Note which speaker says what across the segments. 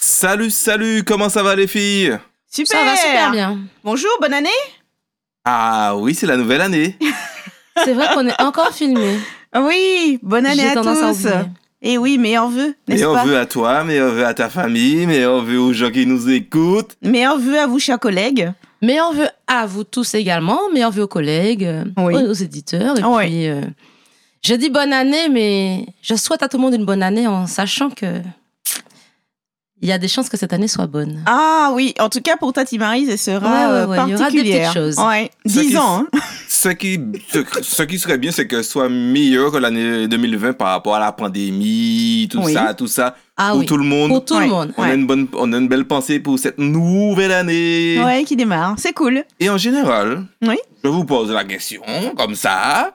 Speaker 1: Salut, salut, comment ça va les filles
Speaker 2: Super.
Speaker 3: Ça va super bien.
Speaker 2: Bonjour, bonne année.
Speaker 1: Ah oui, c'est la nouvelle année.
Speaker 3: C'est vrai qu'on est encore filmé.
Speaker 2: Oui, bonne année
Speaker 3: J'ai
Speaker 2: à
Speaker 3: tendance à
Speaker 2: tous.
Speaker 3: oublier.
Speaker 2: et oui, meilleurs vœux, n'est-ce
Speaker 1: Meilleurs
Speaker 2: pas
Speaker 1: vœux à toi, meilleurs vœux à ta famille, meilleurs vœux aux gens qui nous écoutent.
Speaker 2: Meilleurs vœux à vous, chers collègues.
Speaker 3: Meilleurs vœux à vous tous également, meilleurs vœux aux collègues, euh,
Speaker 2: Oui.
Speaker 3: aux, aux éditeurs. Et
Speaker 2: Oui.
Speaker 3: puis, euh, je dis bonne année, mais je souhaite à tout le monde une bonne année en sachant que il y a des chances que cette année soit bonne.
Speaker 2: Ah oui, en tout cas pour Tati Marie, ce sera
Speaker 3: Ouais, ouais,
Speaker 2: euh,
Speaker 3: ouais, il y aura des petites
Speaker 2: particulière.
Speaker 3: choses.
Speaker 2: Ouais,
Speaker 1: Ça
Speaker 2: 10
Speaker 1: qui-
Speaker 2: ans. hein.
Speaker 1: Ce qui, ce qui serait bien, c'est que ce soit meilleur que l'année 2020 par rapport à la pandémie, tout
Speaker 2: Oui.
Speaker 1: ça, tout ça.
Speaker 3: Ah
Speaker 1: pour
Speaker 3: oui,
Speaker 1: tout le monde,
Speaker 3: pour tout
Speaker 2: Ouais.
Speaker 3: le monde.
Speaker 1: on, a une bonne, on a une belle pensée pour cette nouvelle année.
Speaker 2: Ouais, qui démarre. C'est cool.
Speaker 1: Et en général,
Speaker 2: Oui.
Speaker 1: je vous pose la question comme ça.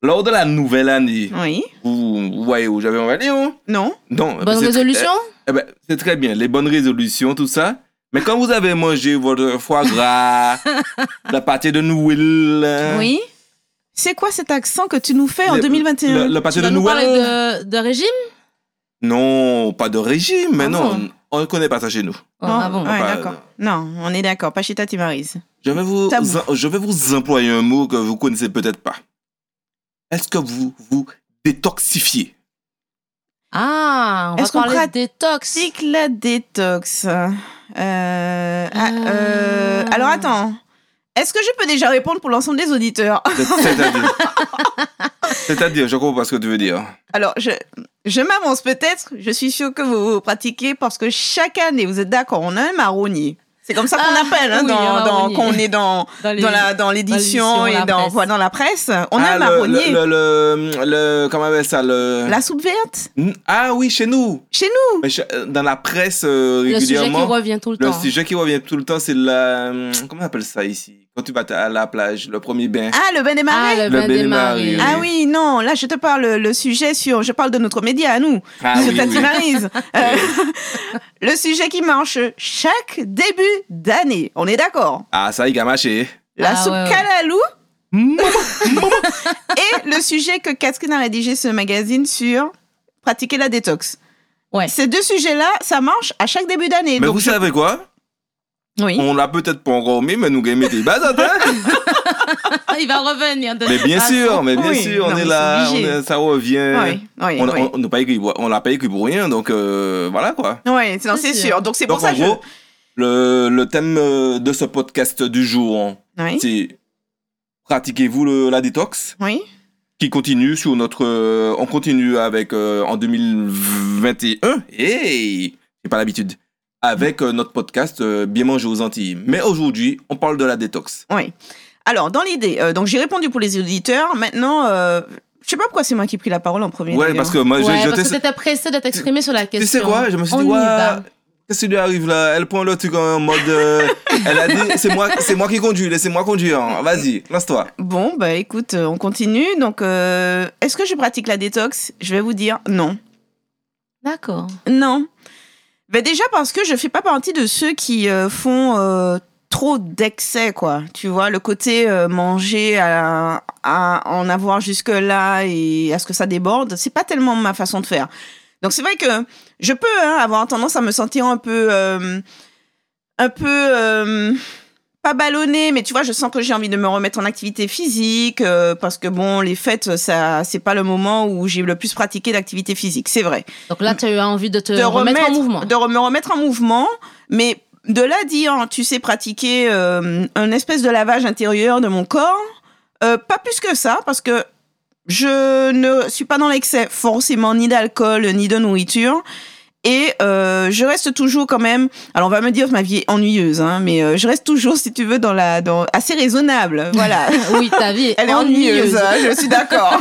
Speaker 1: Lors de la nouvelle année,
Speaker 2: Oui.
Speaker 1: vous, vous voyez où j'avais envie non
Speaker 2: Non.
Speaker 1: Non. c'est
Speaker 3: Bonne
Speaker 1: très-
Speaker 3: résolution
Speaker 1: Eh ben, c'est très bien, les bonnes résolutions, tout ça. Mais quand vous avez mangé votre foie gras, la pâté de Noël.
Speaker 2: Oui. C'est quoi cet accent que tu nous fais en
Speaker 1: Euh, le-
Speaker 2: 2021
Speaker 1: Le, le pâté
Speaker 3: Tu
Speaker 1: de
Speaker 3: vas nous parler
Speaker 1: Noël.
Speaker 3: de, de régime
Speaker 1: Non, pas de régime, mais
Speaker 3: Ah
Speaker 1: non,
Speaker 3: bon.
Speaker 1: on ne connaît pas ça chez nous.
Speaker 3: Oh,
Speaker 2: Non,
Speaker 3: ah bon.
Speaker 2: ouais,
Speaker 1: Bah,
Speaker 2: d'accord. Non, on est d'accord, pas chez Tati Marie.
Speaker 1: Je vais, vous,
Speaker 2: Tabou.
Speaker 1: je vais vous employer un mot que vous connaissez peut-être pas. Est-ce que vous vous détoxifiez
Speaker 3: Ah, on va
Speaker 2: Est-ce qu'on
Speaker 3: parler de
Speaker 2: pratique-
Speaker 3: détox.
Speaker 2: Cycle détox. Euh, ah, euh,
Speaker 3: Ah.
Speaker 2: alors attends. Est-ce que je peux déjà répondre pour l'ensemble des auditeurs
Speaker 1: C'est- C'est-à-dire C'est-à-dire, je comprends pas ce que tu veux dire.
Speaker 2: Alors, je, je m'avance peut-être. Je suis sûre que vous, vous pratiquez parce que chaque année, vous êtes d'accord, on a un marronnier. C'est comme ça qu'on
Speaker 3: Ah,
Speaker 2: appelle hein,
Speaker 3: oui,
Speaker 2: dans,
Speaker 3: un
Speaker 2: dans,
Speaker 3: marronnier.
Speaker 2: qu'on est dans,
Speaker 3: Dans les-
Speaker 2: dans, la, dans l'édition
Speaker 3: l'édition,
Speaker 2: et
Speaker 3: la
Speaker 2: dans,
Speaker 3: presse.
Speaker 2: voilà, dans la presse. On a
Speaker 1: ah,
Speaker 2: un
Speaker 1: le,
Speaker 2: marronnier.
Speaker 1: le, le, le- Comment on appelle ça le...
Speaker 2: La soupe verte,
Speaker 1: Ah oui, chez nous
Speaker 2: chez nous.
Speaker 1: Mais je- euh, dans la presse euh,
Speaker 3: Le sujet qui
Speaker 1: régulièrement,
Speaker 3: revient tout le,
Speaker 1: le
Speaker 3: temps.
Speaker 1: sujet qui revient tout le temps, c'est la. hum, Comment on appelle ça ici Quand tu vas à la plage, le premier bain.
Speaker 2: Ah, le bain des
Speaker 3: Ah,
Speaker 2: marais.
Speaker 3: le
Speaker 1: Le
Speaker 3: bain
Speaker 1: bain
Speaker 3: des
Speaker 1: des
Speaker 3: marées.
Speaker 1: marées.
Speaker 2: Ah oui, non, là je te parle le sujet sur, je parle de notre média à nous,
Speaker 1: Ah
Speaker 2: sur
Speaker 1: oui,
Speaker 2: Tati
Speaker 1: oui.
Speaker 2: Maryse. Euh, le sujet qui marche chaque début d'année, on est d'accord.
Speaker 1: Ah, ça, il a marché.
Speaker 2: La
Speaker 3: Ah,
Speaker 2: soupe
Speaker 3: ouais, ouais.
Speaker 2: calalou, Mm.
Speaker 1: Mouah.
Speaker 2: Et le sujet que Catherine a rédigé ce magazine sur pratiquer la détox.
Speaker 3: Ouais.
Speaker 2: Ces deux sujets-là, ça marche à chaque début d'année.
Speaker 1: Mais
Speaker 2: Donc
Speaker 1: vous
Speaker 2: je-
Speaker 1: savez quoi
Speaker 2: Oui.
Speaker 1: On l'a peut-être pas encore mis, mais nous gagnons des bases, hein
Speaker 3: Ah, Il va revenir. De...
Speaker 1: Mais bien
Speaker 3: Ah,
Speaker 1: sûr, mais bien
Speaker 2: Oui,
Speaker 1: sûr,
Speaker 2: non,
Speaker 1: on est
Speaker 2: mais
Speaker 1: là,
Speaker 2: c'est obligé.
Speaker 1: on est- ça revient.
Speaker 2: Oui, oui,
Speaker 1: euh, On,
Speaker 2: oui.
Speaker 1: on- on n'a pas écrit- on l'a pas écrit pour rien, donc euh, voilà quoi.
Speaker 2: Ouais, c'est non,
Speaker 3: C'est
Speaker 2: c'est
Speaker 3: sûr.
Speaker 2: sûr. Donc c'est pour
Speaker 1: Donc
Speaker 2: ça
Speaker 1: en
Speaker 2: que.
Speaker 1: gros, le, le thème euh, de ce podcast du jour,
Speaker 2: je- Oui.
Speaker 1: c'est pratiquez-vous le- la détox
Speaker 2: Oui.
Speaker 1: qui continue sur notre. euh, on continue avec euh, en 2021. Hey J'ai pas l'habitude. Avec euh, notre podcast euh, Bien manger aux Antilles. Mais aujourd'hui, on parle de la détox.
Speaker 2: Oui. Alors, dans l'idée, euh, donc j'ai répondu pour les auditeurs. Maintenant, euh, je sais pas pourquoi c'est moi qui ai pris la parole en premier.
Speaker 1: Ouais,
Speaker 2: d'ailleurs.
Speaker 1: parce que moi,
Speaker 3: Ouais,
Speaker 1: j'ai
Speaker 3: parce que
Speaker 1: jeté.
Speaker 3: t'étais pressé de t'exprimer sur la
Speaker 1: Tu
Speaker 3: question.
Speaker 1: sais quoi Je me suis
Speaker 3: On
Speaker 1: dit,
Speaker 3: y
Speaker 1: ouais,
Speaker 3: va.
Speaker 1: qu'est-ce qui lui arrive là Elle prend le truc en mode. euh, elle a dit, c'est moi, c'est moi qui conduis, laissez-moi conduire. hein. Vas-y, lance-toi.
Speaker 2: Bon, bah écoute, euh, on continue. Donc, euh, est-ce que je pratique la détox Je vais vous dire non.
Speaker 3: D'accord.
Speaker 2: Non. Ben déjà parce que je fais pas partie de ceux qui euh, font euh, trop d'excès, quoi. Tu vois, le côté euh, manger à, à en avoir jusque-là et à ce que ça déborde, c'est pas tellement ma façon de faire. Donc c'est vrai que je peux hein, avoir tendance à me sentir un peu... euh, un peu... euh, pas ballonné, mais tu vois, je sens que j'ai envie de me remettre en activité physique euh, parce que bon, les fêtes, ça, c'est pas le moment où j'ai le plus pratiqué d'activité physique, c'est vrai
Speaker 3: Donc là, tu as envie de te
Speaker 2: de
Speaker 3: remettre,
Speaker 2: remettre-
Speaker 3: en mouvement.
Speaker 2: de re- me remettre en mouvement, mais de là à dire, hein, tu sais, pratiquer euh, un espèce de lavage intérieur de mon corps, euh, pas plus que ça, parce que je ne suis pas dans l'excès forcément ni d'alcool ni de nourriture. Et euh, je reste toujours quand même. Alors on va me dire que ma vie est ennuyeuse, hein, mais euh, je reste toujours, si tu veux, dans la, dans assez raisonnable. Voilà.
Speaker 3: Oui, ta vie est
Speaker 2: Elle est ennuyeuse,
Speaker 3: ennuyeuse.
Speaker 2: hein, je suis d'accord.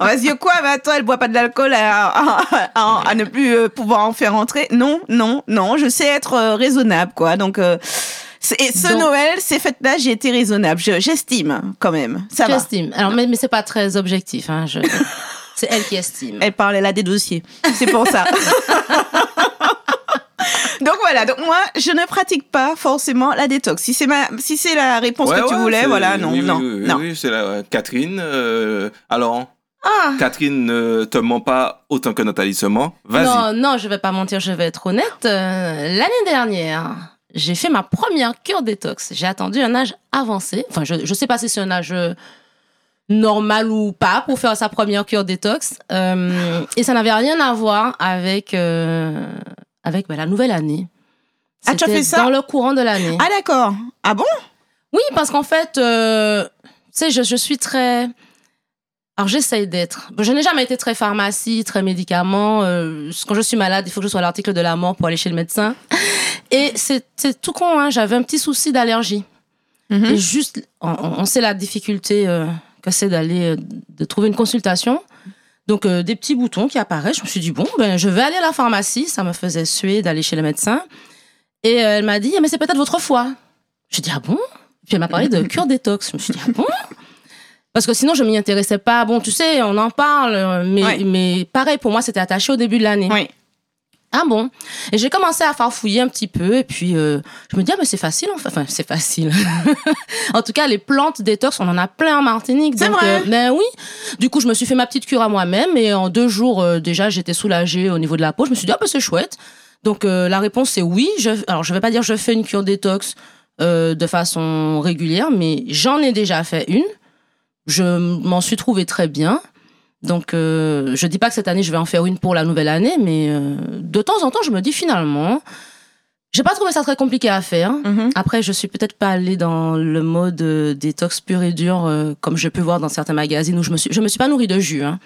Speaker 2: On va se dire quoi Mais attends, elle boit pas de l'alcool à, à- à- à ne plus euh, pouvoir en faire entrer. Non, non, non, je sais être euh, raisonnable, quoi. Donc, euh, c'est- et ce
Speaker 3: Donc-
Speaker 2: Noël, ces fêtes-là, j'ai été raisonnable. Je- J'estime, quand même. Ça va.
Speaker 3: J'estime. Alors, mais, mais c'est pas très objectif. hein, je- C'est elle qui estime.
Speaker 2: Elle parlait là des dossiers. C'est pour ça. Donc voilà, donc moi je ne pratique pas forcément la détox. Si c'est ma, si c'est la réponse
Speaker 1: Ouais,
Speaker 2: que tu
Speaker 1: ouais,
Speaker 2: voulais,
Speaker 1: c'est-
Speaker 2: voilà, non,
Speaker 1: oui, oui,
Speaker 2: non,
Speaker 1: oui, oui,
Speaker 2: non.
Speaker 1: oui, c'est la Catherine. euh, alors,
Speaker 2: Ah,
Speaker 1: Catherine ne te ment pas autant que Nathalie se ment. Vas-y.
Speaker 3: Non, non, je vais pas mentir, je vais être honnête. Euh, L'année dernière, j'ai fait ma première cure détox. J'ai attendu un âge avancé. Enfin, je, je sais pas si c'est un âge euh, normal ou pas pour faire sa première cure détox. Euh, et ça n'avait rien à voir avec, euh, avec ben, la nouvelle année.
Speaker 2: Ah, tu as
Speaker 3: C'était
Speaker 2: fait ça
Speaker 3: Dans le courant de l'année.
Speaker 2: ah d'accord. Ah bon
Speaker 3: Oui, parce qu'en fait, euh, tu sais, je, je suis très. Alors, j'essaye d'être. Je n'ai jamais été très pharmacie, très médicament. euh, quand je suis malade, il faut que je sois à l'article de la mort pour aller chez le médecin. Et c'est c'est tout con, hein, j'avais un petit souci d'allergie.
Speaker 2: Mhm.
Speaker 3: Et juste, on, on- on sait la difficulté euh, que c'est d'aller, euh, de trouver une consultation. Donc, euh, des petits boutons qui apparaissent. Je me suis dit, bon, ben, je vais aller à la pharmacie. Ça me faisait suer d'aller chez le médecin. Et euh, elle m'a dit, mais c'est peut-être votre foie. J'ai dit, ah bon Puis elle m'a parlé de cure détox. Je me suis dit, ah bon Parce que sinon, je m'y intéressais pas. Bon, tu sais, on en parle, euh, mais,
Speaker 2: Ouais.
Speaker 3: mais pareil, pour moi, c'était attaché au début de l'année.
Speaker 2: Oui.
Speaker 3: Ah bon Et j'ai commencé à farfouiller un petit peu, et puis euh, je me dis, ah, mais c'est facile, enfin, enfin c'est facile. en tout cas, les plantes détox, on en a plein en Martinique.
Speaker 2: C'est
Speaker 3: donc,
Speaker 2: vrai.
Speaker 3: ben oui. Du coup, je me suis fait ma petite cure à moi-même, et en deux jours, euh, déjà, j'étais soulagée au niveau de la peau. Je me suis dit, ah ben c'est chouette. Donc, euh, la réponse, c'est oui. Je, alors, je vais pas dire je fais une cure détox euh, de façon régulière, mais j'en ai déjà fait une. Je m'en suis trouvée très bien. Donc, euh, je dis pas que cette année je vais en faire une pour la nouvelle année, mais euh, de temps en temps, je me dis finalement, j'ai pas trouvé ça très compliqué à faire.
Speaker 2: Mhm.
Speaker 3: Après, je suis peut-être pas allée dans le mode euh, détox pur et dur, euh, comme je peux voir dans certains magazines où je me suis, je me suis pas nourrie de jus, hein.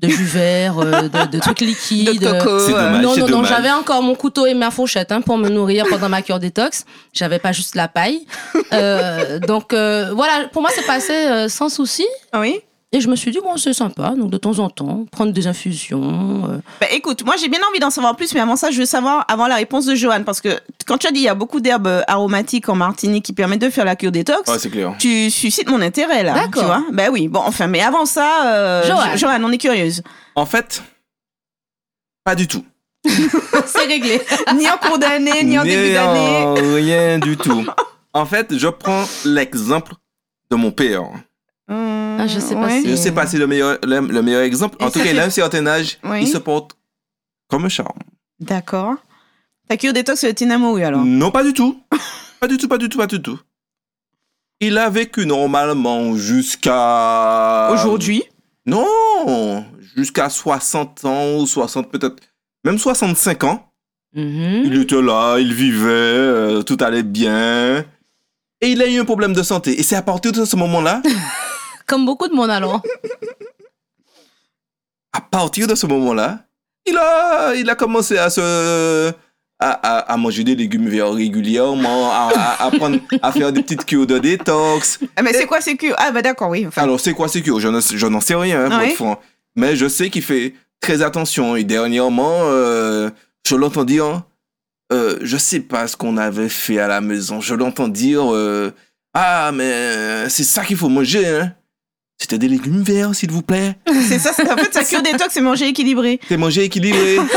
Speaker 3: de jus vert, euh, de, de trucs
Speaker 2: De
Speaker 3: liquides.
Speaker 2: coco.
Speaker 1: C'est
Speaker 2: euh,
Speaker 1: dommage.
Speaker 3: Non,
Speaker 1: Bah, c'est
Speaker 3: non, non,
Speaker 1: dommage.
Speaker 3: j'avais encore mon couteau et ma fourchette hein, pour me nourrir pendant ma cure détox. J'avais pas juste la paille. Euh, donc euh, voilà, pour moi, c'est passé euh, sans souci.
Speaker 2: Oui.
Speaker 3: Et je me suis dit, bon, c'est sympa, donc de temps en temps, prendre des infusions. euh.
Speaker 2: Bah, écoute, moi j'ai bien envie d'en savoir plus, mais avant ça, je veux savoir avant la réponse de Johan, parce que quand tu as dit il y a beaucoup d'herbes euh, aromatiques en Martinique qui permettent de faire la cure détox,
Speaker 1: Ouais, c'est clair.
Speaker 2: tu suscites mon intérêt là.
Speaker 3: D'accord.
Speaker 2: Tu vois Ben oui. Bon, enfin, mais avant ça, euh,
Speaker 3: Johan.
Speaker 2: Jo- Johan, on est curieuse.
Speaker 1: En fait, pas du tout.
Speaker 3: euh, c'est réglé.
Speaker 2: ni en cours d'année, ni en début
Speaker 1: Ni
Speaker 2: d'année.
Speaker 1: en rien du tout. En fait, je prends l'exemple de mon père.
Speaker 2: Hum,
Speaker 3: Ah, je sais pas
Speaker 2: ouais.
Speaker 1: Je sais pas si c'est le meilleur, le, le meilleur exemple.
Speaker 2: Et
Speaker 1: En tout
Speaker 2: ça
Speaker 1: cas, il
Speaker 2: fait-
Speaker 1: a un certain âge,
Speaker 2: Oui.
Speaker 1: il se porte comme un charme.
Speaker 2: D'accord. Ta cure détox, c'est Tinamou, alors.
Speaker 1: Non, pas du tout. Pas du tout, pas du tout, pas du tout. Il a vécu normalement jusqu'à...
Speaker 2: Aujourd'hui.
Speaker 1: Non Jusqu'à 60 ans ou 60 peut-être. Même 65 ans.
Speaker 3: Mhm.
Speaker 1: Il
Speaker 2: Hmm.
Speaker 1: était là, il vivait, euh, tout allait bien. Et il a eu un problème de santé. Et c'est à partir de ce moment-là,
Speaker 3: Comme beaucoup de monde alors.
Speaker 1: à partir de ce moment-là, il a, il a commencé à se... À, à- à manger des légumes verts régulièrement, à, à- à prendre- à faire des petites cures de détox.
Speaker 2: Ah, mais c'est quoi ces cures Ah, bah d'accord, oui. Enfin,
Speaker 1: Alors, c'est quoi c'est que Je ne- je n'en sais rien, hein, pour
Speaker 2: Ah oui
Speaker 1: être franc. Mais je sais qu'il fait très attention. Et dernièrement, euh, je l'entends dire... Euh, je sais pas ce qu'on avait fait à la maison. Je l'entends dire... euh, ah, mais c'est ça qu'il faut manger, hein. C'était des légumes verts, s'il vous plaît.
Speaker 2: c'est ça, c'est- en fait, sa cure détox, c'est manger équilibré.
Speaker 1: C'est manger équilibré.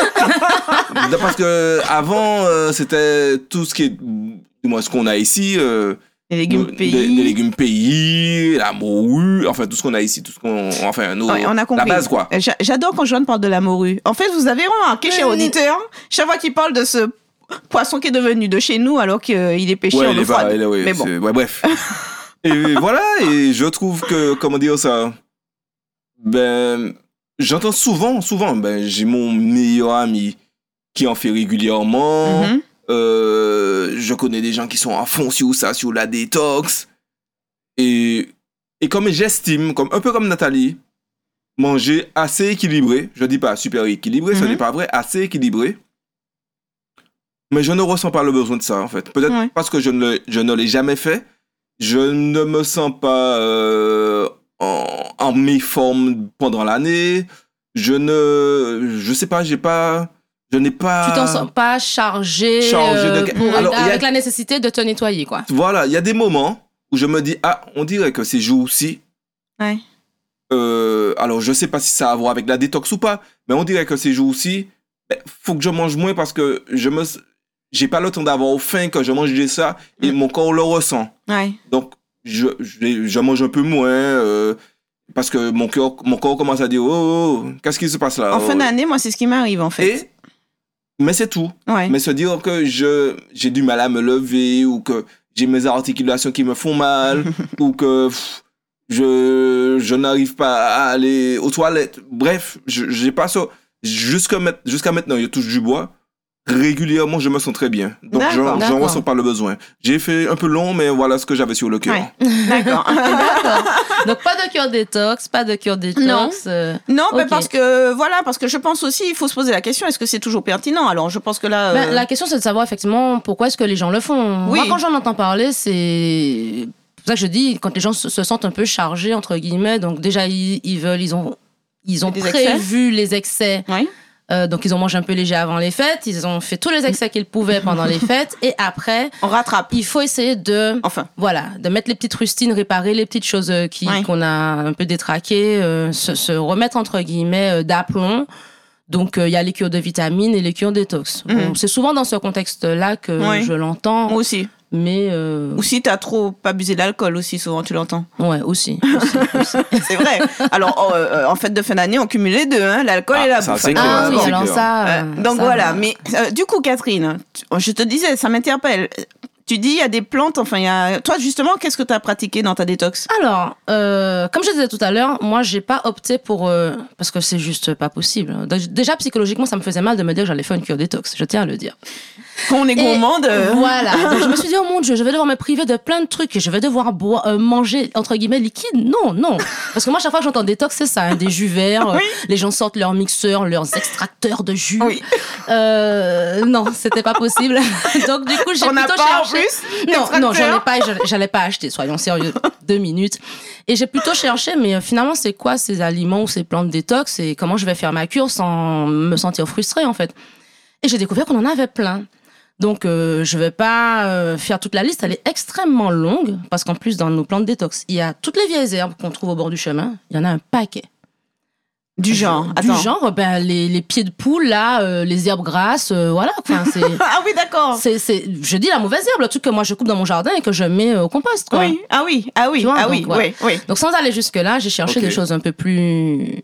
Speaker 1: Non, Parce que avant, euh, c'était tout ce qui est... Du moins, ce qu'on a ici... euh,
Speaker 2: Les légumes
Speaker 1: des-
Speaker 2: pays.
Speaker 1: Des, des légumes pays, la morue, enfin tout ce qu'on a ici, tout ce qu'on. Enfin, nos-
Speaker 2: Ouais, on a compris.
Speaker 1: La base, quoi.
Speaker 2: Euh, j'a- J'adore quand Joanne parle de la morue. En fait, vous avez remarqué, chers
Speaker 3: Mm.
Speaker 2: auditeurs, chaque fois qu'il parle de ce poisson qui est devenu de chez nous alors qu'il est pêché
Speaker 1: Ouais,
Speaker 2: en
Speaker 1: il
Speaker 2: eau
Speaker 1: est pas-
Speaker 2: froide.
Speaker 1: il est- ouais,
Speaker 2: Mais bon.
Speaker 1: c'est- ouais, bref. et voilà, et je trouve que, comment dire ça Ben, j'entends souvent, souvent, ben, j'ai mon meilleur ami qui en fait régulièrement.
Speaker 2: Mhm.
Speaker 1: Euh, je connais des gens qui sont à fond sur ça, sur la détox. Et, et comme j'estime, comme, un peu comme Nathalie, manger assez équilibré, je dis pas super équilibré, ce
Speaker 2: Mhm.
Speaker 1: n'est pas vrai, assez équilibré. Mais je ne ressens pas le besoin de ça, en fait. Peut-être
Speaker 2: Ouais.
Speaker 1: parce que je ne, l'ai- je ne l'ai jamais fait. Je ne me sens pas euh, en, en méforme pendant l'année. Je ne... Je sais pas, j'ai pas... Je n'ai pas...
Speaker 3: Tu t'en sens pas chargé,
Speaker 1: Ah. Chargé de-
Speaker 3: euh, pour-
Speaker 1: Alors, il y a-
Speaker 3: avec la nécessité de te nettoyer quoi.
Speaker 1: Voilà, il y a des moments où je me dis, ah, on dirait que ces jours-ci.
Speaker 2: Ouais.
Speaker 1: Euh, alors, je sais pas si ça a à voir avec la détox ou pas, mais on dirait que ces jours-ci, ben, faut que je mange moins parce que je me. J'ai pas le temps d'avoir faim quand je mange de ça
Speaker 2: Mm.
Speaker 1: et mon corps le ressent.
Speaker 2: Ouais.
Speaker 1: Donc, je, je, je mange un peu moins. euh, Parce que mon corps, mon corps commence à dire Oh, oh, qu'est-ce qui se passe là
Speaker 2: En fin
Speaker 1: Oh.
Speaker 2: d'année, moi, c'est ce qui m'arrive, en fait.
Speaker 1: Et, mais c'est tout.
Speaker 2: ouais.
Speaker 1: Mais se dire que je j'ai du mal à me lever ou que j'ai mes articulations qui me font mal ou que pff, je, je n'arrive pas à aller aux toilettes. Bref, je- j'ai pas ça. Jusqu'à ma- jusqu'à maintenant, je touche du bois. Régulièrement, je me sens très bien. Donc, je n'en
Speaker 2: D'accord,
Speaker 3: d'accord.
Speaker 1: ressens pas le besoin. J'ai fait un peu long, mais voilà ce que j'avais sur le cœur.
Speaker 2: Ouais. D'accord.
Speaker 3: D'accord. Donc, pas de cure détox, pas de cure détox.
Speaker 2: Non.
Speaker 3: euh,
Speaker 2: non, mais
Speaker 3: Ok.
Speaker 2: parce que voilà, parce que je pense aussi, il faut se poser la question est-ce que c'est toujours pertinent Alors, je pense que là,
Speaker 3: Ben,
Speaker 2: euh,
Speaker 3: la question, c'est de savoir effectivement pourquoi est-ce que les gens le font.
Speaker 2: Oui.
Speaker 3: Moi, quand j'en entends parler, c'est pour ça que je dis quand les gens se se sentent un peu chargés entre guillemets. Donc déjà, ils, ils veulent, ils ont, ils ont
Speaker 2: Des
Speaker 3: prévu les excès.
Speaker 2: Oui.
Speaker 3: Euh, donc ils ont mangé un peu léger avant les fêtes. Ils ont fait tous les excès qu'ils pouvaient pendant les fêtes. Et après,
Speaker 2: on rattrape.
Speaker 3: il faut essayer de
Speaker 2: Enfin,
Speaker 3: voilà, de mettre les petites rustines, réparer les petites choses euh, qui
Speaker 2: Ouais.
Speaker 3: qu'on a un peu détraquées, euh, se, se remettre entre guillemets euh, d'aplomb. Donc euh, il y a les cures de vitamines et les cures détox.
Speaker 2: Mhm.
Speaker 3: Bon, c'est souvent dans ce contexte-là que
Speaker 2: Ouais.
Speaker 3: je l'entends,
Speaker 2: moi aussi.
Speaker 3: mais euh,
Speaker 2: Ou si t'as trop abusé d'alcool aussi, souvent tu l'entends.
Speaker 3: ouais aussi. aussi, aussi.
Speaker 2: C'est vrai. alors, oh, euh, en fait, de fin d'année, on cumule les deux, hein, l'alcool
Speaker 1: Ah,
Speaker 2: et la
Speaker 1: ça,
Speaker 2: bouffe.
Speaker 1: c'est clair.
Speaker 3: ah
Speaker 2: Ah,
Speaker 3: oui,
Speaker 2: bon.
Speaker 1: c'est
Speaker 3: alors
Speaker 1: clair.
Speaker 3: ça.
Speaker 2: Euh,
Speaker 3: euh,
Speaker 2: donc
Speaker 3: ça,
Speaker 2: voilà, mais euh, du coup, Catherine, tu- je te disais, ça m'interpelle. Euh, Tu dis, il y a des plantes, enfin, il y a. Toi, justement, qu'est-ce que tu as pratiqué dans ta détox
Speaker 3: Alors, euh, comme je disais tout à l'heure, moi, j'ai pas opté pour euh, parce que c'est juste pas possible. Donc, Déjà psychologiquement, ça me faisait mal de me dire que j'allais faire une cure détox. Je tiens à le dire.
Speaker 2: Quand on est gourmande. euh,
Speaker 3: Voilà. Donc, je me suis dit, oh mon Dieu, je vais devoir me priver de plein de trucs. Je vais devoir boire, euh, manger, entre guillemets, liquide. Non, non. Parce que moi, chaque fois que j'entends détox, c'est ça, hein, des jus verts. euh,
Speaker 2: Oui.
Speaker 3: Les gens sortent leurs mixeurs, leurs extracteurs de jus.
Speaker 2: Oui.
Speaker 3: Euh, non, c'était pas possible. Donc, du coup, j'ai
Speaker 2: T'en as
Speaker 3: plutôt
Speaker 2: pas en
Speaker 3: cherché.
Speaker 2: plus
Speaker 3: Non, non, j'en ai
Speaker 2: Extracteur
Speaker 3: pas, et j'allais- j'allais pas acheter, soyons sérieux, deux minutes. Et j'ai plutôt cherché, mais euh, finalement, c'est quoi ces aliments ou ces plantes détox et comment je vais faire ma cure sans me sentir frustrée, en fait. Et j'ai découvert qu'on en avait plein. Donc, euh, je vais pas euh, faire toute la liste, elle est extrêmement longue, parce qu'en plus, dans nos plantes détox, il y a toutes les vieilles herbes qu'on trouve au bord du chemin, il y en a un paquet.
Speaker 2: Du genre.
Speaker 3: Du
Speaker 2: attends.
Speaker 3: genre, ben, les, les pieds de poule, là, euh, les herbes grasses, euh, voilà, enfin, c'est.
Speaker 2: Ah oui, d'accord.
Speaker 3: C'est, c'est, je dis la mauvaise herbe, le truc que moi je coupe dans mon jardin et que je mets au compost. Quoi.
Speaker 2: Oui, ah oui, ah oui,
Speaker 3: Tu vois,
Speaker 2: ah
Speaker 3: donc,
Speaker 2: oui,
Speaker 3: voilà.
Speaker 2: oui, oui.
Speaker 3: Donc sans aller jusque-là, j'ai cherché
Speaker 1: Ok.
Speaker 3: des choses un peu plus...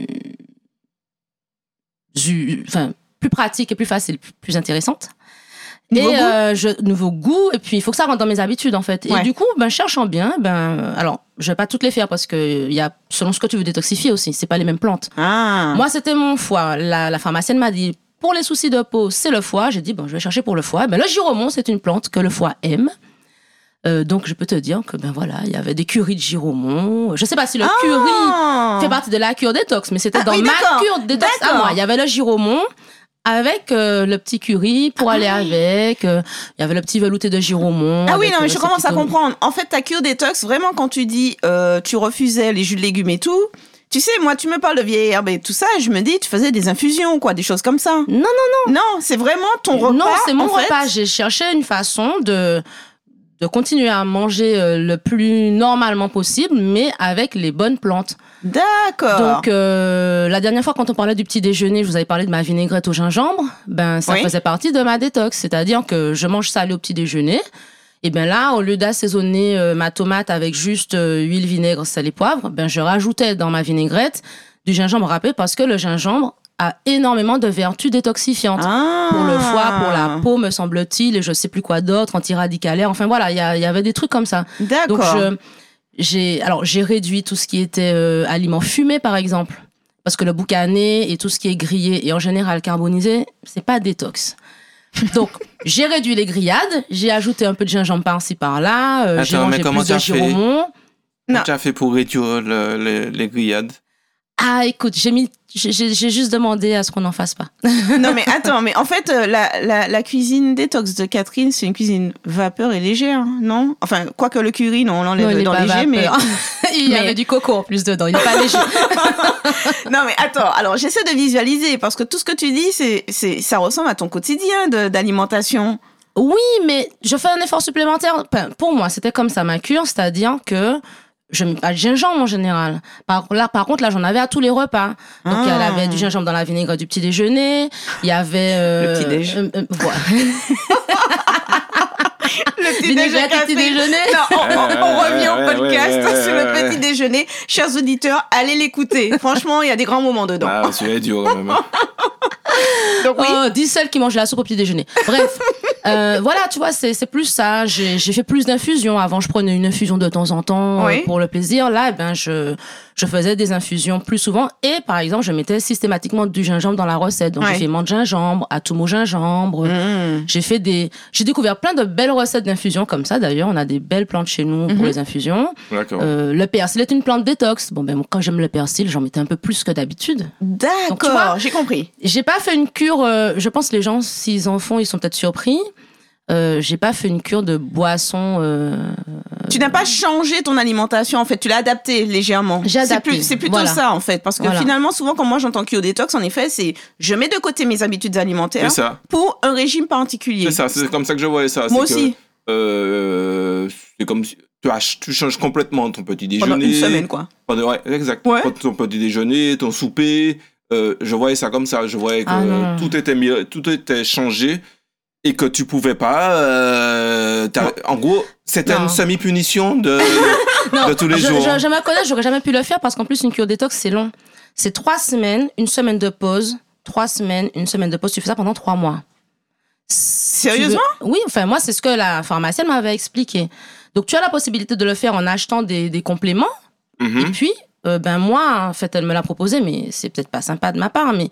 Speaker 3: zu- Enfin, plus pratiques et plus faciles, plus- plus intéressantes.
Speaker 2: Nouveau
Speaker 3: et
Speaker 2: goût
Speaker 3: euh, je- nouveau goût, et puis il faut que ça rentre dans mes habitudes en fait.
Speaker 2: Ouais.
Speaker 3: Et du coup, ben, cherchant bien, ben, alors je vais pas toutes les faire parce que il y a, selon ce que tu veux détoxifier aussi, c'est pas les mêmes plantes.
Speaker 2: Ah.
Speaker 3: Moi, c'était mon foie. La, la pharmacienne m'a dit, pour les soucis de peau, c'est le foie. J'ai dit, bon, je vais chercher pour le foie. Ben, le giromon, c'est une plante que le foie aime. Euh, donc, je peux te dire que, ben voilà, il y avait des curies de giromon. Je sais pas si le curry
Speaker 2: Ah.
Speaker 3: fait partie de la cure détox, mais c'était
Speaker 2: Ah
Speaker 3: dans
Speaker 2: oui,
Speaker 3: ma
Speaker 2: d'accord.
Speaker 3: cure détox à
Speaker 2: D'accord.
Speaker 3: moi. Il y avait le giromon avec euh, le petit curry pour aller avec. euh, Il y avait le petit velouté de giromon.
Speaker 2: Ah oui,
Speaker 3: avec,
Speaker 2: non, mais
Speaker 3: euh,
Speaker 2: je
Speaker 3: ce
Speaker 2: commence à
Speaker 3: petit-
Speaker 2: comprendre. En fait, ta cure détox, vraiment, quand tu dis euh, tu refusais les jus de légumes et tout, tu sais, moi, tu me parles de vieilles herbes et tout ça, je me dis, tu faisais des infusions, quoi, des choses comme ça.
Speaker 3: Non, non,
Speaker 2: Non, c'est vraiment ton repas.
Speaker 3: Non, c'est mon
Speaker 2: en fait.
Speaker 3: repas. J'ai cherché une façon de de continuer à manger euh, le plus normalement possible, mais avec les bonnes plantes.
Speaker 2: D'accord.
Speaker 3: Donc, euh, la dernière fois, quand on parlait du petit déjeuner, je vous avais parlé de ma vinaigrette au gingembre. Ben, ça
Speaker 2: Oui.
Speaker 3: faisait partie de ma détox. C'est-à-dire que je mange salé au petit déjeuner. Et bien là, au lieu d'assaisonner euh, ma tomate avec juste euh, huile, vinaigre, sel et poivre, ben, je rajoutais dans ma vinaigrette du gingembre râpé parce que le gingembre a énormément de vertus détoxifiantes
Speaker 2: Ah.
Speaker 3: euh, pour le foie, pour la peau, me semble-t-il, et je sais plus quoi d'autre, antiradicalaire. Enfin voilà, il y, a- il y avait des trucs comme ça. Donc
Speaker 2: D'accord.
Speaker 3: je, j'ai, alors j'ai réduit tout ce qui était euh, aliments fumés par exemple, parce que le boucané et tout ce qui est grillé et en général carbonisé, c'est pas détox. Donc j'ai réduit les grillades, j'ai ajouté un peu de gingembre par-ci par-là, euh, j'ai
Speaker 1: Attends, mais
Speaker 3: mangé
Speaker 1: comment
Speaker 3: plus de
Speaker 1: t'as fait
Speaker 3: giromon.
Speaker 2: Non.
Speaker 1: Tu as fait pour réduire le- le- les grillades
Speaker 3: Ah écoute, j'ai mis, j'ai, j'ai- j'ai juste demandé à ce qu'on n'en fasse pas.
Speaker 2: non, mais attends, mais en fait, euh, la, la, la cuisine détox de Catherine, c'est une cuisine vapeur et légère, hein, non Enfin, quoique le curry, non, on l'enlève
Speaker 3: Non, il est
Speaker 2: dans
Speaker 3: pas
Speaker 2: léger,
Speaker 3: vapeur.
Speaker 2: mais.
Speaker 3: il y
Speaker 2: mais-
Speaker 3: avait du coco en plus dedans, il n'est pas léger.
Speaker 2: Non, mais attends, alors j'essaie de visualiser, parce que tout ce que tu dis, c'est, c'est, ça ressemble à ton quotidien de- d'alimentation.
Speaker 3: Oui, mais je fais un effort supplémentaire. Enfin, pour moi, c'était comme ça ma cure, c'est-à-dire que je mets pas de gingembre en général. Par, là, par contre, là, j'en avais à tous les repas. Donc, il y
Speaker 2: Ah.
Speaker 3: avait du gingembre dans la vinaigrette du petit déjeuner. Il y avait. euh,
Speaker 2: Le petit déj.
Speaker 3: euh, euh, voilà.
Speaker 2: le petit déjeuner.
Speaker 3: Vinaigrette et
Speaker 2: café.
Speaker 3: petit déjeuner.
Speaker 2: Non, on, on- on revient
Speaker 1: Ouais,
Speaker 2: au
Speaker 1: ouais,
Speaker 2: podcast
Speaker 1: ouais, ouais,
Speaker 2: sur le
Speaker 1: ouais,
Speaker 2: petit déjeuner. Chers auditeurs, allez l'écouter. Franchement, il y a des grands moments dedans.
Speaker 1: Ah, ouais, celui-là est dur quand même. Ah.
Speaker 2: Donc oui,
Speaker 3: Oh, dis celle qui mange la soupe au petit déjeuner. Bref, Euh, voilà, tu vois, c'est c'est plus ça. J'ai j'ai fait plus d'infusions. Avant, je prenais une infusion de temps en temps euh,
Speaker 2: Oui.
Speaker 3: pour le plaisir. Là, eh ben, je, je faisais des infusions plus souvent. Et par exemple, je mettais systématiquement du gingembre dans la recette. Donc,
Speaker 2: Ouais.
Speaker 3: j'ai fait menthe gingembre, atomo gingembre.
Speaker 2: Mmh.
Speaker 3: J'ai fait des, j'ai découvert plein de belles recettes d'infusions comme ça. D'ailleurs, on a des belles plantes chez nous pour
Speaker 2: Mhm.
Speaker 3: les infusions.
Speaker 1: D'accord.
Speaker 3: Euh, le persil est une plante détox. Bon, ben, moi, quand j'aime le persil, j'en mettais un peu plus que d'habitude. Donc, tu
Speaker 2: D'accord,
Speaker 3: vois-
Speaker 2: j'ai compris.
Speaker 3: J'ai pas fait une cure. euh, je pense que les gens, s'ils en font, ils sont peut-être surpris. Euh, j'ai pas fait une cure de boisson. euh,
Speaker 2: Tu n'as pas changé ton alimentation en fait, tu l'as adaptée légèrement. C'est
Speaker 3: J'ai adapté,
Speaker 2: plus- C'est plutôt
Speaker 3: voilà.
Speaker 2: ça en fait, parce que
Speaker 3: Voilà.
Speaker 2: finalement, souvent quand moi j'entends Kyo détox, en effet, c'est je mets de côté mes habitudes
Speaker 1: C'est
Speaker 2: alimentaires
Speaker 1: ça,
Speaker 2: pour un régime particulier.
Speaker 1: c'est ça, c'est comme ça que je voyais ça.
Speaker 2: Moi
Speaker 1: c'est que,
Speaker 2: aussi,
Speaker 1: euh, c'est comme si tu, ach- tu changes complètement ton petit déjeuner.
Speaker 2: pendant une semaine quoi.
Speaker 1: Pendant- ouais, exact.
Speaker 2: Ouais.
Speaker 1: Pendant Ton petit déjeuner, ton souper. euh, je voyais ça comme ça. Je voyais que
Speaker 3: Ah non.
Speaker 1: tout, était mis- tout était changé et que tu pouvais pas. euh, t'as- en gros, c'était
Speaker 3: Non.
Speaker 1: une semi-punition de, de tous les
Speaker 3: je,
Speaker 1: jours.
Speaker 3: je- je me connais, j'aurais jamais pu le faire parce qu'en plus, une cure détox, c'est long. C'est trois semaines, une semaine de pause, trois semaines, une semaine de pause. Tu fais ça pendant trois mois. Si tu veux-
Speaker 2: Sérieusement
Speaker 3: Oui, enfin, moi, c'est ce que la pharmacienne m'avait expliqué. Donc, tu as la possibilité de le faire en achetant des, des compléments.
Speaker 1: Mhm.
Speaker 3: Et puis, euh, ben moi, en fait, elle me l'a proposé, mais c'est peut-être pas sympa de ma part. Mais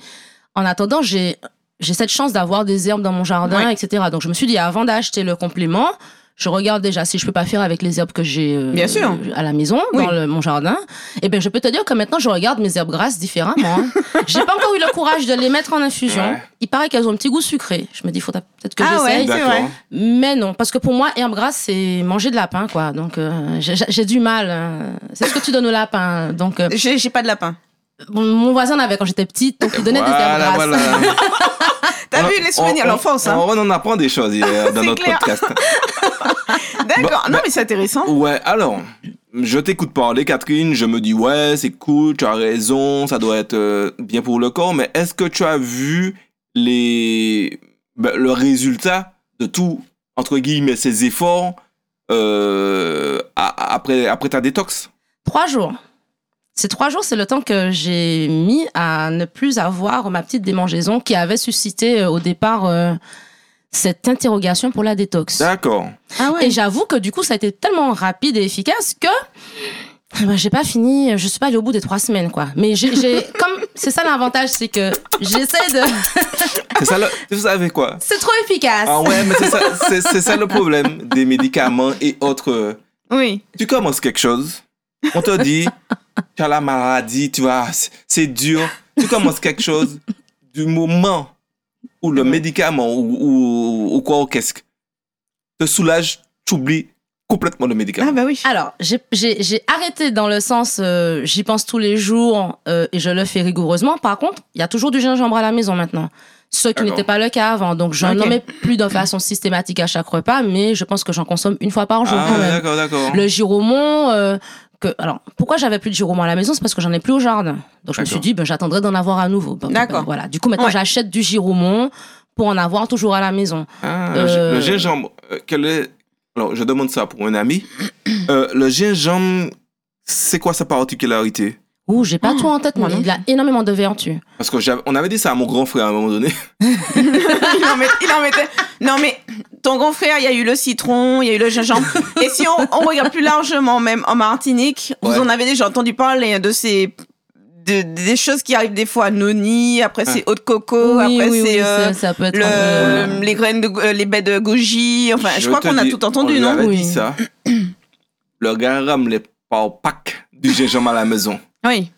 Speaker 3: en attendant, j'ai j'ai cette chance d'avoir des herbes dans mon jardin,
Speaker 2: Ouais.
Speaker 3: etc. Donc, je me suis dit, avant d'acheter le complément, je regarde déjà si je peux pas faire avec les herbes que j'ai euh,
Speaker 2: Bien sûr.
Speaker 3: à la maison,
Speaker 2: Oui.
Speaker 3: dans le- mon jardin. Et ben, je peux te dire que maintenant, je regarde mes herbes grasses différemment. hein. j'ai pas encore eu le courage de les mettre en infusion.
Speaker 1: Ouais.
Speaker 3: Il paraît qu'elles ont un petit goût sucré. Je me dis, faut peut-être que
Speaker 2: Ah
Speaker 3: j'essaye.
Speaker 2: ouais. c'est
Speaker 1: D'accord.
Speaker 2: vrai.
Speaker 3: Mais non, parce que pour moi, herbe grasse, c'est manger de lapin, quoi. Donc, euh, j'ai- j'ai du mal. euh, C'est ce que tu donnes au lapin. Donc, euh,
Speaker 2: J'ai j'ai pas de lapin.
Speaker 3: bon, mon voisin en avait quand j'étais petite, donc il donnait des herbes grasses.
Speaker 2: T'as
Speaker 1: On-
Speaker 2: vu les souvenirs,
Speaker 1: on-
Speaker 2: l'enfance, hein
Speaker 1: On en apprend des choses euh, dans
Speaker 2: C'est
Speaker 1: notre
Speaker 2: clair.
Speaker 1: podcast. ah.
Speaker 2: D'accord,
Speaker 1: Bah,
Speaker 2: non mais c'est intéressant.
Speaker 1: Ouais, alors, je t'écoute parler, Catherine. Je me dis, ouais, c'est cool, tu as raison, ça doit être euh, bien pour le corps. Mais est-ce que tu as vu les... ben, le résultat de tout, entre guillemets, ces efforts euh, a- après, après ta détox
Speaker 3: Trois jours. Ces trois jours, c'est le temps que j'ai mis à ne plus avoir ma petite démangeaison qui avait suscité euh, au départ euh, cette interrogation pour la détox.
Speaker 1: D'accord.
Speaker 2: Ah
Speaker 3: Et j'avoue que du coup, ça a été tellement rapide et efficace que eh ben, j'ai pas fini, je suis pas allée au bout des trois semaines, quoi. Mais j'ai, j'ai- comme c'est ça l'avantage, c'est que j'essaie de.
Speaker 1: C'est ça, le... vous savez quoi
Speaker 3: C'est trop efficace.
Speaker 1: Ah ouais, mais c'est ça, c'est- c'est ça le problème des médicaments et autres... euh,
Speaker 2: Oui.
Speaker 1: tu commences quelque chose, on te dit, tu as la maladie, tu vois, c'est- c'est dur. Tu commences quelque chose, du moment où
Speaker 3: Mm-hmm.
Speaker 1: le médicament ou, ou, ou quoi au casque te soulage, tu oublies complètement le médicament.
Speaker 2: Ah bah oui.
Speaker 3: Alors, j'ai- j'ai j'ai arrêté dans le sens, euh, j'y pense tous les jours euh, et je le fais rigoureusement. Par contre, il y a toujours du gingembre à la maison maintenant. Ce qui
Speaker 1: D'accord.
Speaker 3: n'était pas le cas avant. Donc, je n'en
Speaker 2: Ok.
Speaker 3: mets plus de façon systématique à chaque repas, mais je pense que j'en consomme une fois par jour
Speaker 1: Ah,
Speaker 3: quand même.
Speaker 1: d'accord, d'accord.
Speaker 3: Le giromon, euh, que, alors pourquoi j'avais plus de giromon à la maison, c'est parce que j'en ai plus au jardin. Donc je me
Speaker 1: D'accord.
Speaker 3: suis dit, ben, j'attendrai d'en avoir à nouveau. Bon,
Speaker 2: D'accord.
Speaker 3: ben, voilà. Du coup, maintenant
Speaker 2: Ouais.
Speaker 3: j'achète du giromon pour en avoir toujours à la maison.
Speaker 1: Ah,
Speaker 3: euh,
Speaker 1: Le gingembre, euh, quel est... Alors, je demande ça pour un ami. Euh, le gingembre, c'est quoi sa particularité
Speaker 3: Ouh, j'ai
Speaker 2: Ah,
Speaker 3: pas tout en tête, moi,
Speaker 2: moi non
Speaker 3: mais il a énormément de vertus.
Speaker 1: Parce que j'avais- on avait dit ça à mon grand frère à un moment donné.
Speaker 2: il, en met- il en mettait. Non mais ton grand frère, il y a eu le citron, il y a eu le gingembre. Et si on, on regarde plus largement, même en Martinique,
Speaker 1: Ouais.
Speaker 2: vous en avez déjà entendu parler hein, de ces de- des choses qui arrivent des fois à Noni, après
Speaker 1: Ah.
Speaker 2: c'est eau de coco,
Speaker 3: Oui,
Speaker 2: après
Speaker 3: oui,
Speaker 2: c'est
Speaker 3: oui,
Speaker 2: euh,
Speaker 3: ça, ça peut être.
Speaker 2: le-
Speaker 3: euh,
Speaker 2: les graines de go- euh, les baies de goji. Enfin, je, crois
Speaker 1: te
Speaker 2: qu'on a
Speaker 1: dis,
Speaker 2: tout entendu,
Speaker 1: on
Speaker 2: non
Speaker 1: lui avait
Speaker 3: Oui.
Speaker 1: dit ça. Le gars rame les par pack du gingembre à la maison.
Speaker 2: Oui.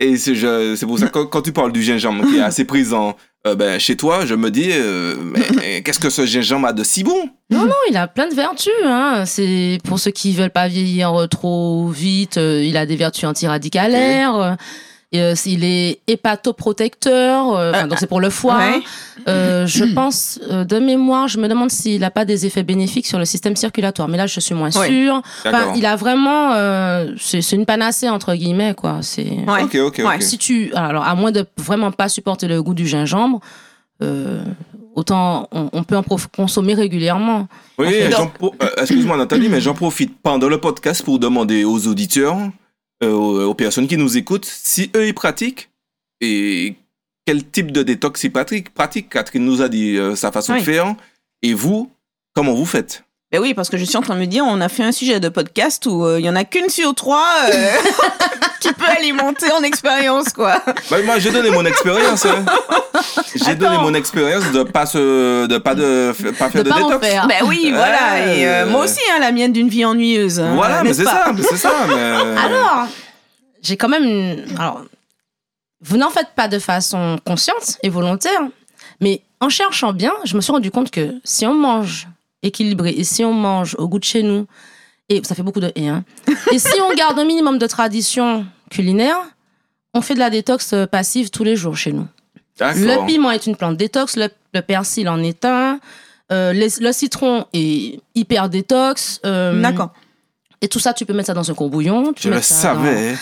Speaker 1: Et c'est je- c'est pour ça que quand- quand tu parles du gingembre qui est assez présent euh, ben, chez toi, je me dis, euh, mais, euh, qu'est-ce que ce gingembre a de si bon
Speaker 3: Non, non, il a plein de vertus. Hein. C'est pour ceux qui veulent pas vieillir euh, trop vite. euh, il a des vertus antiradicalaires. euh, et, euh, il est hépatoprotecteur. euh, enfin,
Speaker 2: Euh,
Speaker 3: donc c'est pour le foie.
Speaker 2: Ouais.
Speaker 3: Euh, je pense, euh, de mémoire, je me demande s'il n'a pas des effets bénéfiques sur le système circulatoire. Mais là, je suis moins
Speaker 2: Ouais.
Speaker 3: sûre. Enfin,
Speaker 1: D'accord.
Speaker 3: il a vraiment. euh, c'est c'est une panacée, entre guillemets, quoi. C'est.
Speaker 2: Ouais.
Speaker 1: Ok, ok, ok.
Speaker 2: Ouais,
Speaker 3: Si tu. Alors, à moins de vraiment pas supporter le goût du gingembre, euh, autant on, on peut en prof- consommer régulièrement.
Speaker 1: Oui,
Speaker 3: fait,
Speaker 1: j'en pro- euh, excuse-moi Nathalie, mais j'en profite pendant le podcast pour demander aux auditeurs, euh, aux, aux personnes qui nous écoutent, si eux ils pratiquent et quel type de détox ils pratiquent. Pratique, Catherine nous a dit euh, sa façon
Speaker 2: Oui.
Speaker 1: de faire. Et vous, comment vous faites
Speaker 2: Ben oui, parce que je suis en train de me dire, on a fait un sujet de podcast où euh, il y en a qu'une sur trois euh, qui peut alimenter en expérience, quoi.
Speaker 1: Bah, Moi, j'ai donné mon expérience. hein. J'ai donné
Speaker 3: Attends.
Speaker 1: mon expérience de pas se, de pas de, f- pas faire
Speaker 3: De
Speaker 1: de,
Speaker 3: pas en
Speaker 1: détox.
Speaker 3: faire.
Speaker 2: Ben oui,
Speaker 1: Ouais.
Speaker 2: voilà. Et euh, moi aussi, hein, la mienne d'une vie ennuyeuse. hein,
Speaker 1: Voilà, mais
Speaker 2: n'est-ce
Speaker 1: c'est
Speaker 2: pas
Speaker 1: ça, mais c'est ça. mais-
Speaker 3: Euh, Alors, j'ai quand même. une- Alors, vous n'en faites pas de façon consciente et volontaire, mais en cherchant bien, je me suis rendu compte que si on mange équilibré et si on mange au goût de chez nous, et ça fait beaucoup de et, hein, et si on garde un minimum de tradition culinaire, on fait de la détox euh, passive tous les jours chez nous.
Speaker 1: D'accord.
Speaker 3: Le piment est une plante détox, le, le persil en est un, euh, les- le citron est hyper détox. euh,
Speaker 2: Hum. D'accord.
Speaker 3: Et tout ça, tu peux mettre ça dans un courbouillon. Tu
Speaker 1: Je le
Speaker 3: mets ça dans-
Speaker 1: savais.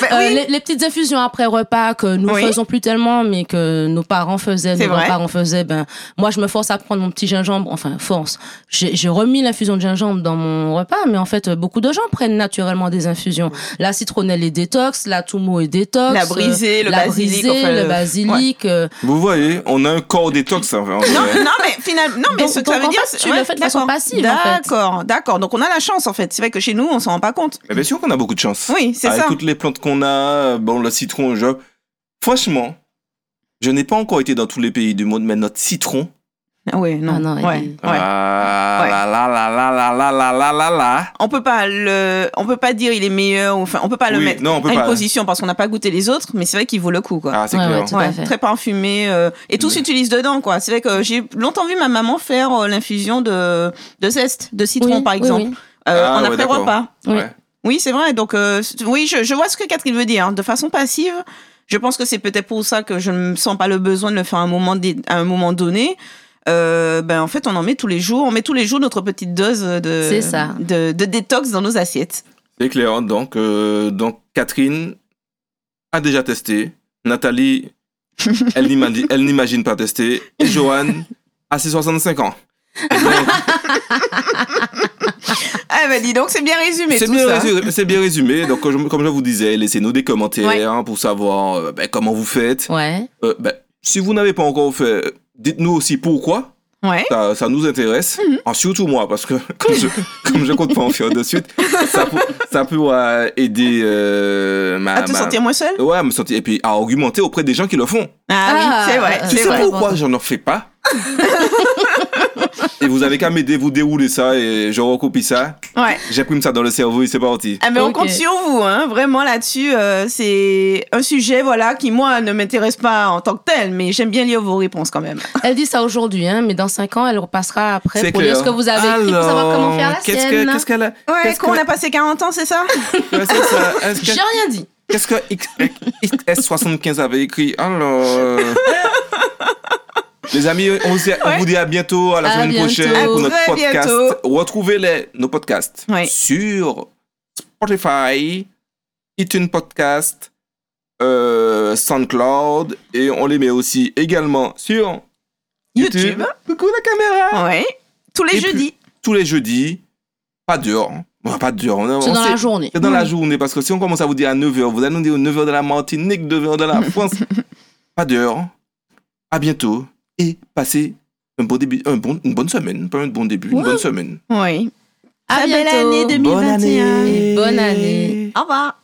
Speaker 2: Ben
Speaker 3: Euh,
Speaker 2: oui.
Speaker 3: les, les petites infusions après repas que nous
Speaker 2: Oui.
Speaker 3: faisons plus tellement, mais que nos parents faisaient,
Speaker 2: C'est
Speaker 3: nos
Speaker 2: vrai.
Speaker 3: grands-parents faisaient. Ben, moi, je me force à prendre mon petit gingembre. Enfin, force. J'ai j'ai remis l'infusion de gingembre dans mon repas, mais en fait, euh, beaucoup de gens prennent naturellement des infusions. La citronnelle est détox, la toumo est détox.
Speaker 2: Mm. La
Speaker 3: euh,
Speaker 2: brisée, le
Speaker 3: la
Speaker 2: basilic.
Speaker 3: brisée,
Speaker 2: enfin,
Speaker 3: le
Speaker 2: le-
Speaker 3: basilic. euh,
Speaker 1: Vous voyez, on a un corps détox. en fait.
Speaker 2: Non, non, mais finalement, non, mais
Speaker 3: Donc-
Speaker 2: ce que
Speaker 3: donc,
Speaker 2: ça veut
Speaker 3: en
Speaker 2: dire,
Speaker 3: fait,
Speaker 2: c'est-
Speaker 3: tu le fais de façon
Speaker 2: d'accord.
Speaker 3: passive, en fait.
Speaker 2: D'accord, d'accord. Donc on a la chance, en fait. C'est vrai que chez nous, on s'en rend pas compte.
Speaker 1: Mais bien sûr qu'on a beaucoup de chance.
Speaker 2: Oui, c'est
Speaker 1: avec
Speaker 2: ça.
Speaker 1: toutes les plantes qu'on a, euh, bon, le citron, je... Franchement, je n'ai pas encore été dans tous les pays du monde, mais notre citron...
Speaker 2: Ah oui, non,
Speaker 3: Ah non, il-
Speaker 2: ouais, ouais.
Speaker 1: Ah,
Speaker 2: Ouais.
Speaker 1: la la la la la la la la la la.
Speaker 2: On peut pas le, on peut pas dire il est meilleur. Enfin, on peut pas le
Speaker 1: Oui,
Speaker 2: mettre
Speaker 1: non, on peut
Speaker 2: à
Speaker 1: pas.
Speaker 2: une position parce qu'on n'a pas goûté les autres, mais c'est vrai qu'il vaut le coup, quoi.
Speaker 1: Ah, c'est
Speaker 3: Ouais,
Speaker 1: clair.
Speaker 3: ouais, tout à
Speaker 2: Ouais,
Speaker 3: fait.
Speaker 2: très parfumé euh, et tout
Speaker 1: Mais-
Speaker 2: s'utilise dedans quoi. C'est vrai que j'ai longtemps vu ma maman faire euh, l'infusion de de zeste de citron
Speaker 3: oui,
Speaker 2: par
Speaker 3: oui,
Speaker 2: exemple
Speaker 3: oui.
Speaker 2: euh,
Speaker 1: Ah,
Speaker 2: en
Speaker 1: ouais,
Speaker 2: après
Speaker 1: d'accord.
Speaker 2: repas.
Speaker 3: Oui.
Speaker 1: Ouais.
Speaker 2: Oui, c'est vrai. Donc euh, c- oui, je, je vois ce que Catherine veut dire. hein. De façon passive, je pense que c'est peut-être pour ça que je ne sens pas le besoin de le faire à un moment dé- à un moment donné. Euh, ben en fait, on en met tous les jours. On met tous les jours notre petite dose de
Speaker 3: C'est ça.
Speaker 2: de, de détox dans nos assiettes.
Speaker 1: C'est clair. Donc, euh, donc, Catherine a déjà testé. Nathalie, elle n'imagine, elle n'imagine pas tester. Et Johan a ses 65 ans.
Speaker 2: Ah ben dis donc, c'est bien résumé
Speaker 1: C'est
Speaker 2: tout
Speaker 1: bien,
Speaker 2: ça.
Speaker 1: résumé, c'est bien résumé. Donc, comme je, comme je vous disais, laissez-nous des commentaires
Speaker 2: Ouais.
Speaker 1: hein, pour savoir euh, ben, comment vous faites.
Speaker 3: Ouais.
Speaker 1: Euh, ben, si vous n'avez pas encore fait, dites-nous aussi pourquoi.
Speaker 2: Ouais.
Speaker 1: Ça, ça nous intéresse.
Speaker 3: Mhm.
Speaker 1: Ah, surtout moi, parce que comme je, comme je compte pas en faire de suite, ça, pour- ça peut euh, aider euh, ma.
Speaker 2: À Ah, te
Speaker 1: ma-
Speaker 2: sentir moins seul.
Speaker 1: Ouais, à me sentir. Et puis à argumenter auprès des gens qui le font.
Speaker 2: Ah,
Speaker 3: Ah,
Speaker 2: oui, c'est vrai.
Speaker 3: euh,
Speaker 1: Tu
Speaker 2: c'est
Speaker 1: sais
Speaker 2: vrai.
Speaker 1: pourquoi j'en fais pas Et vous avez qu'à m'aider, vous déroulez ça et je recopie ça.
Speaker 2: Ouais.
Speaker 1: J'imprime ça dans le cerveau et c'est parti.
Speaker 2: Ah mais on
Speaker 3: Ok.
Speaker 2: compte sur vous, hein. vraiment là-dessus. euh, c'est un sujet voilà qui moi ne m'intéresse pas en tant que tel, mais j'aime bien lire vos réponses quand même.
Speaker 3: Elle dit ça aujourd'hui, hein, mais dans 5 ans, elle repassera après
Speaker 1: C'est
Speaker 3: pour
Speaker 1: clair.
Speaker 3: lire ce que vous avez écrit pour savoir comment faire la
Speaker 1: Alors, qu'est-ce que-
Speaker 3: sienne.
Speaker 1: Qu'est-ce qu'elle a
Speaker 2: Ouais,
Speaker 1: Qu'est-ce
Speaker 2: qu'on
Speaker 1: que-
Speaker 2: a passé 40 ans, c'est ça
Speaker 1: Ouais, c'est ça. Est-ce que-
Speaker 3: J'ai rien dit.
Speaker 1: Qu'est-ce que X- XS75 avait écrit Alors. euh, Les amis, on, se- on
Speaker 2: Ouais.
Speaker 1: vous dit à bientôt, à la
Speaker 3: À
Speaker 1: semaine
Speaker 3: bientôt.
Speaker 1: prochaine pour
Speaker 2: À
Speaker 1: notre
Speaker 2: très
Speaker 1: podcast.
Speaker 2: bientôt.
Speaker 1: Retrouvez les, nos podcasts
Speaker 2: Ouais.
Speaker 1: sur Spotify, iTunes Podcast, euh, SoundCloud et on les met aussi également sur YouTube.
Speaker 2: YouTube.
Speaker 1: Coucou la caméra
Speaker 2: Ouais. Tous les
Speaker 1: Et puis-
Speaker 2: jeudis.
Speaker 1: Tous les jeudis, pas dehors. Bon, pas dehors. on-
Speaker 3: C'est
Speaker 1: on
Speaker 3: dans
Speaker 1: sait-
Speaker 3: la journée.
Speaker 1: c'est dans la journée, parce que si on commence à vous dire à 9h, vous allez nous dire 9h de la Martinique, 9h de la France. pas d'heure. À bientôt. Et passez un bon début, un bon, une bonne semaine. Pas un bon début, une
Speaker 3: Ouais.
Speaker 1: bonne semaine.
Speaker 2: Oui.
Speaker 3: À
Speaker 2: Très belle
Speaker 3: bientôt.
Speaker 2: année 2021.
Speaker 3: Bonne année.
Speaker 2: Au revoir.